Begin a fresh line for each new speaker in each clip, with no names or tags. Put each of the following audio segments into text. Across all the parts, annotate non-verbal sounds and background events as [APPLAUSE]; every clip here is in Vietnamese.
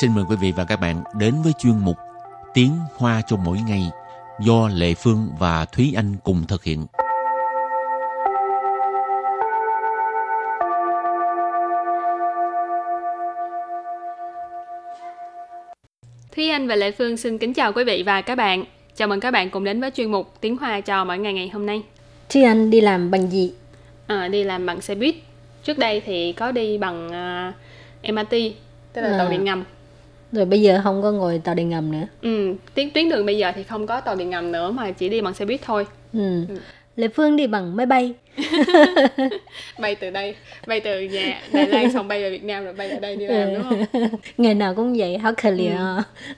Xin mời quý vị và các bạn đến với chuyên mục Tiếng Hoa cho mỗi ngày do Lệ Phương và Thúy Anh cùng thực hiện.
Thúy Anh và Lệ Phương xin kính chào quý vị và các bạn. Chào mừng các bạn cùng đến với chuyên mục Tiếng Hoa cho mỗi ngày ngày hôm nay.
Thúy Anh đi làm bằng gì?
À, đi làm bằng xe buýt. Trước đây thì có đi bằng à, MRT, tức là
À.
tàu điện ngầm.
Rồi bây giờ không có ngồi tàu điện ngầm nữa.
Ừ, tuyến tuyến đường bây giờ thì không có tàu điện ngầm nữa mà chỉ đi bằng xe buýt thôi.
Ừ. Lệ Phương đi bằng máy bay.
Bay từ đây, bay từ
[LAUGHS]
nhà Đài Loan xong bay về Việt Nam rồi bay ở đây đi làm đúng không?
Ừ.
Ừ.
Ngày nào cũng vậy, hảo khờ lìa,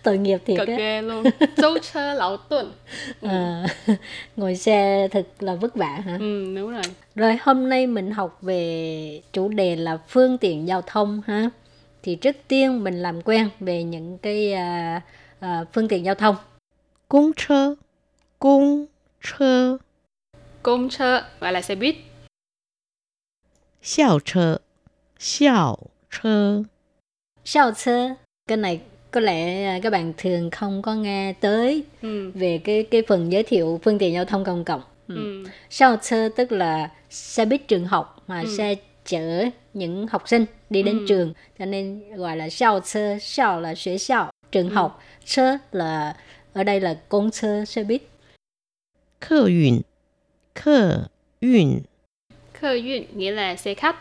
tội nghiệp thiệt
Cực
á.
ghê luôn. Châu chơ lão tuần.
Ờ, [LAUGHS] ngồi xe thật là vất vả hả?
Ừ, đúng rồi.
Rồi hôm nay mình học về chủ đề là phương tiện giao thông ha. Thì trước tiên mình làm quen về những cái à, à, phương tiện giao thông.
公车，公车，
Công chơ gọi là xe buýt.
校车，校车，
Sao xe? Cái này có lẽ à, các bạn thường không có nghe tới
Ừ.
về cái cái phần giới thiệu phương tiện giao thông công cộng. Ừ.
Ừ.
Sao xe tức là xe buýt trường học mà
Ừ.
xe chở những học sinh đi đến
Ừ.
trường cho nên gọi là sao xe, sao là xe sao, trường
Ừ.
học, xe là ở đây là công xe xe buýt.
客运，客运，
Khơ duyên nghĩa là xe khách.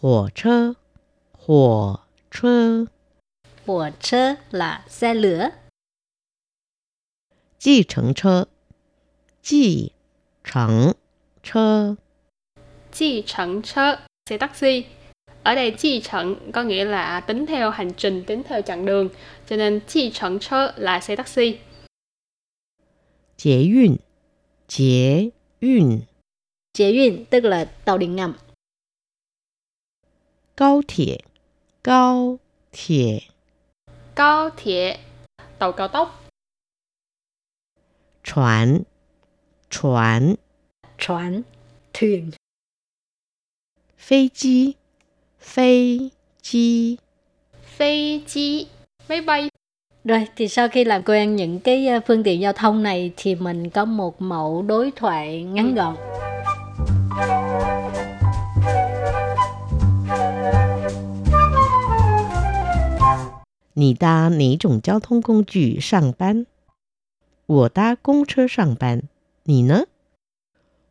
火车，火车，
Của xe là xe lửa,
计程车，计程车，
chi trận chơ xe taxi ở đây chi trận có nghĩa là tính theo hành trình tính theo chặng đường cho nên chi trận chơ là xe taxi
捷运，捷运，
chế yun tức là tàu điện ngầm,
高铁，高铁，
cao thể tàu cao tốc
船，船，
船, thuyền,
飞机，飞机。
phi chi máy bay
Rồi thì sau khi làm quen những cái ờ, phương tiện giao thông này thì mình có một mẫu đối thoại ngắn gọn.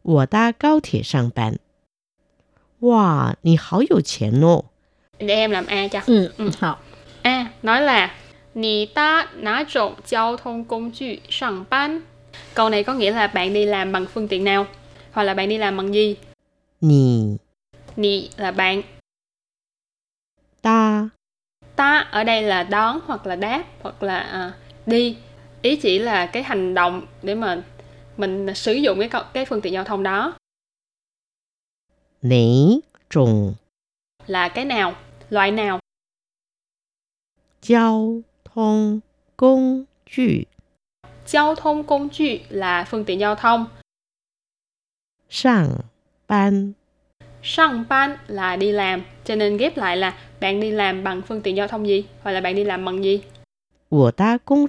哦
để em làm a cho
Ừ, học.
a nói là Nì ta ná trộn giao thông công cụ sẵn ban Câu này có nghĩa là bạn đi làm bằng phương tiện nào Hoặc là bạn đi làm bằng gì Nì là bạn ta ở đây là đón hoặc là đáp hoặc là à, đi ý chỉ là cái hành động để mà mình sử dụng cái co- cái phương tiện giao thông đó là cái nào loại nào giao thông công cụ là phương tiện giao thông sang ban là đi làm cho nên ghép lại là bạn đi làm bằng phương tiện giao thông gì hoặc là bạn đi làm bằng gì
Của ta công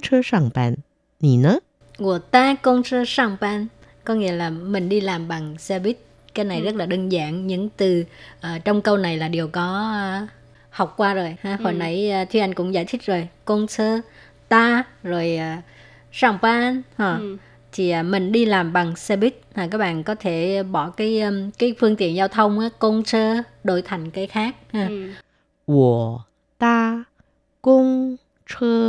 sơ sang ban có nghĩa là mình đi làm bằng xe buýt. Cái này
Ừ.
rất là đơn giản. Những từ ờ, trong câu này là đều có ờ, học qua rồi. Ha? Hồi
Ừ.
nãy ờ, Thúy Anh cũng giải thích rồi. Công sơ, ta, rồi uh, sang ban. Ha.
Ừ.
thì à, mình đi làm bằng xe buýt là các bạn có thể bỏ cái um, cái phương tiện giao thông á, công sơ đổi thành cái khác ha.
Ừ.
我搭公车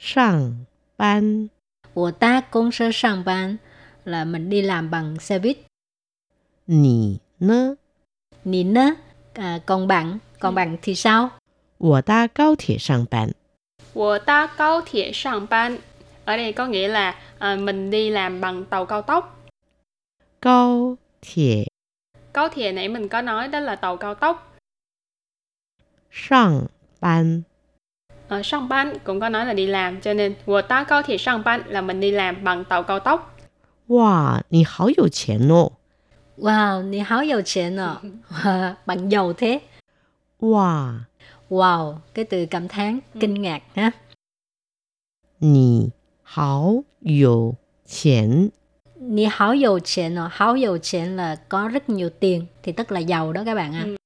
上班，你呢？我搭高铁上班。
của ta công sơ sang ban là mình đi làm bằng xe buýt
你呢？
nín á à, còn bạn còn
Ừ.
bạn thì sao
我搭高铁上班。
Wo ta cao thể sang ban ở đây có nghĩa là à, mình đi làm bằng tàu cao tốc
高铁
cao thể nãy mình có nói đó là tàu cao tốc
上班，
Ở sang ban cũng có nói là đi làm cho nên vừa ta cao thì sang ban là mình đi làm bằng tàu cao tốc.
哇，你好有钱哦！
[LAUGHS] wow ni háo giàu chuyện nọ bạn giàu thế
哇，
wow cái từ cảm thán
Ừ.
kinh ngạc ha
你好有钱，
Ni háo dầu chén nó háo dầu chén là có rất nhiều tiền thì tức là giàu đó các bạn ạ.
Ừ.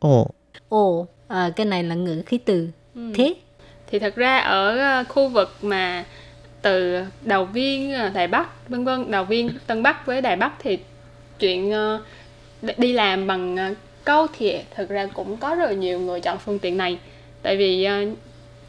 哦，
Ồ, ờ, cái này là ngữ khí từ
Ừ.
thế.
thì thật ra ở ờ, khu vực mà từ đầu viên ờ, Đài Bắc vân vân đầu viên Tân Bắc với Đài Bắc thì chuyện ờ, đ- đi làm bằng ờ, câu thiệt thực ra cũng có rất là nhiều người chọn phương tiện này tại vì ờ,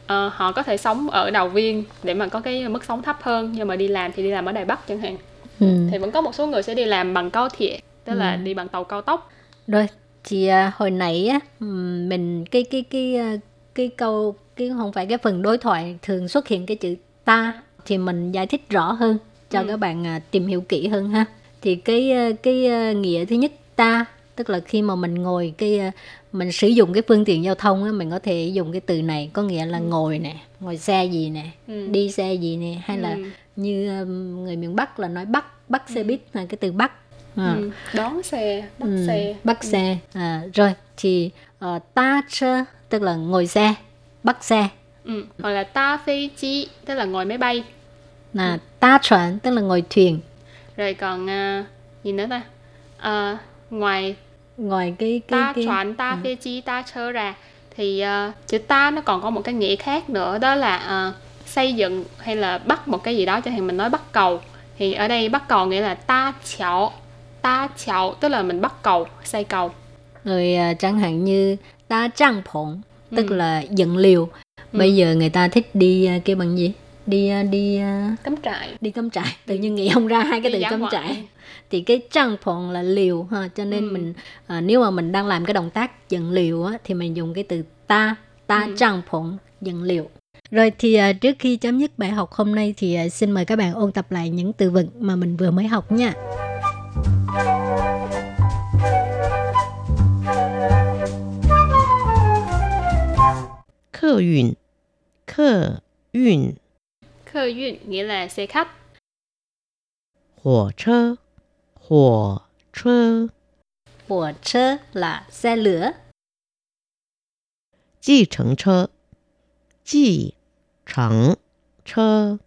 ờ, họ có thể sống ở đầu viên để mà có cái mức sống thấp hơn nhưng mà đi làm thì đi làm ở Đài Bắc chẳng hạn
Ừ.
thì vẫn có một số người sẽ đi làm bằng cao thiệt tức là
Ừ.
đi bằng tàu cao tốc
Rồi, thì à, hồi nãy á ừm, mình cái cái cái à, cái câu cái không phải cái phần đối thoại thường xuất hiện cái chữ ta thì mình giải thích rõ hơn cho
Ừ.
các bạn à, tìm hiểu kỹ hơn ha. Thì cái à, cái à, nghĩa thứ nhất ta tức là khi mà mình ngồi cái à, mình sử dụng cái phương tiện giao thông á mình có thể dùng cái từ này có nghĩa là
Ừ.
ngồi nè, ngồi xe gì nè,
ừ.
đi xe gì nè hay là
Ừ.
như à, người miền Bắc là nói bắt bắt xe
Ừ.
buýt là cái từ bắt. À
Ừ. đón xe bắt
ừ,
xe
bắt xe à, rồi thì ờ, ta chơ tức là ngồi xe bắt xe
Ừ, hoặc là ta phi chi tức là ngồi máy bay
là ta chuẩn tức là ngồi thuyền
rồi còn à, gì nữa ta Ờ, ngoài
ngồi cái cái
ta
cái
choán ta
ừ.
phi chi ta chơ ra thì à, chữ ta nó còn có một cái nghĩa khác nữa đó là à, xây dựng hay là bắt một cái gì đó cho thì mình nói bắt cầu thì ở đây bắt cầu nghĩa là ta chảo ta chảo tức là mình bắt cầu xây cầu
rồi ờ, chẳng hạn như ta trang phỏng tức
Ừ.
là dựng liều bây giờ người ta thích đi ờ, kêu bằng gì đi ờ, đi ờ,
cắm trại
đi cắm trại tự nhiên nghĩ không ra hai cái
Đi
từ
dã
cắm
ngoại.
trại thì cái trang phỏng là liều ha cho nên
Ừ.
mình à, nếu mà mình đang làm cái động tác dựng liều á thì mình dùng cái từ ta ta
Ừ.
trang phỏng dựng liều rồi thì à, trước khi chấm dứt bài học hôm nay thì à, xin mời các bạn ôn tập lại những từ vựng mà mình vừa mới học nha
客运，客运，
khơ duyên nghĩa là xe khách
火车，火车，
của chơ là xe lửa
计程车，计程车，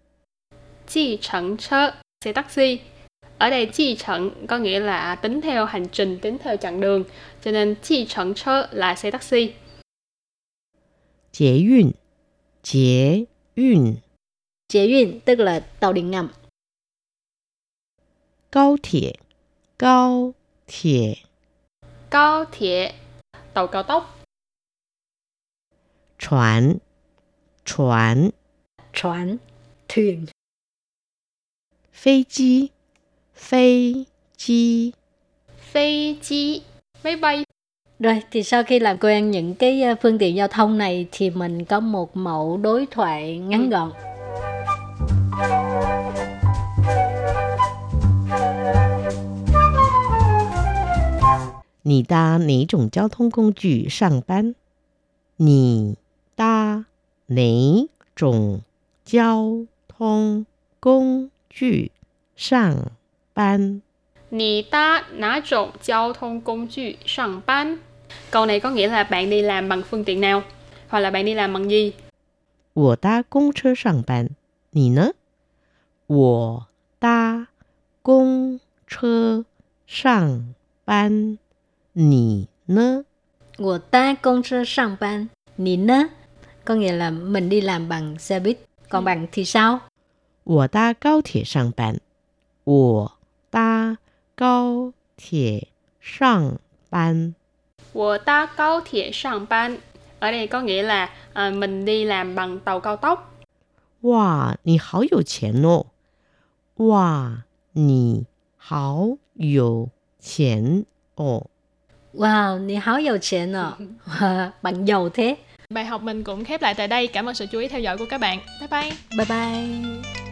chi chẩn chơ xe taxi ở đây chi chẩn có nghĩa là tính theo hành trình tính theo chặng đường cho nên chi chẩn chơ là xe taxi
捷运，捷运，
chế duyên tức là tàu điện ngầm
高铁，高铁，
cao thể tàu cao tốc
船，船，
choán thuyền
飞机，飞机，
phi chi máy bay
Rồi thì sau khi làm quen những cái ờ, phương tiện giao thông này thì mình có một mẫu đối thoại ngắn
Ừ.
gọn.
你搭哪种交通工具上班？你搭哪种交通工具上班？
Nì ta ná trộn giao thông công cụ sẵn ban Câu này có nghĩa là bạn đi làm bằng phương tiện nào Hoặc là bạn đi làm bằng gì
我搭公车上班，你呢？我搭公车上班，你呢？
Của ta công sơ sang ban Nì nơ Có nghĩa là mình đi làm bằng xe buýt Còn
Ừ.
bạn thì sao?
我搭高铁上班，我搭高铁上班，
Của ta cao thể sẵn ban Ở đây có nghĩa là à, mình đi làm bằng tàu cao tốc
哇，你好有钱哦！哇，你好有钱哦！
Wow, nì háo giàu trẻ nọ Wow, Bạn giàu thế
Bài học mình cũng khép lại tại đây. Cảm ơn sự chú ý theo dõi của các bạn. Bye bye!
Bye bye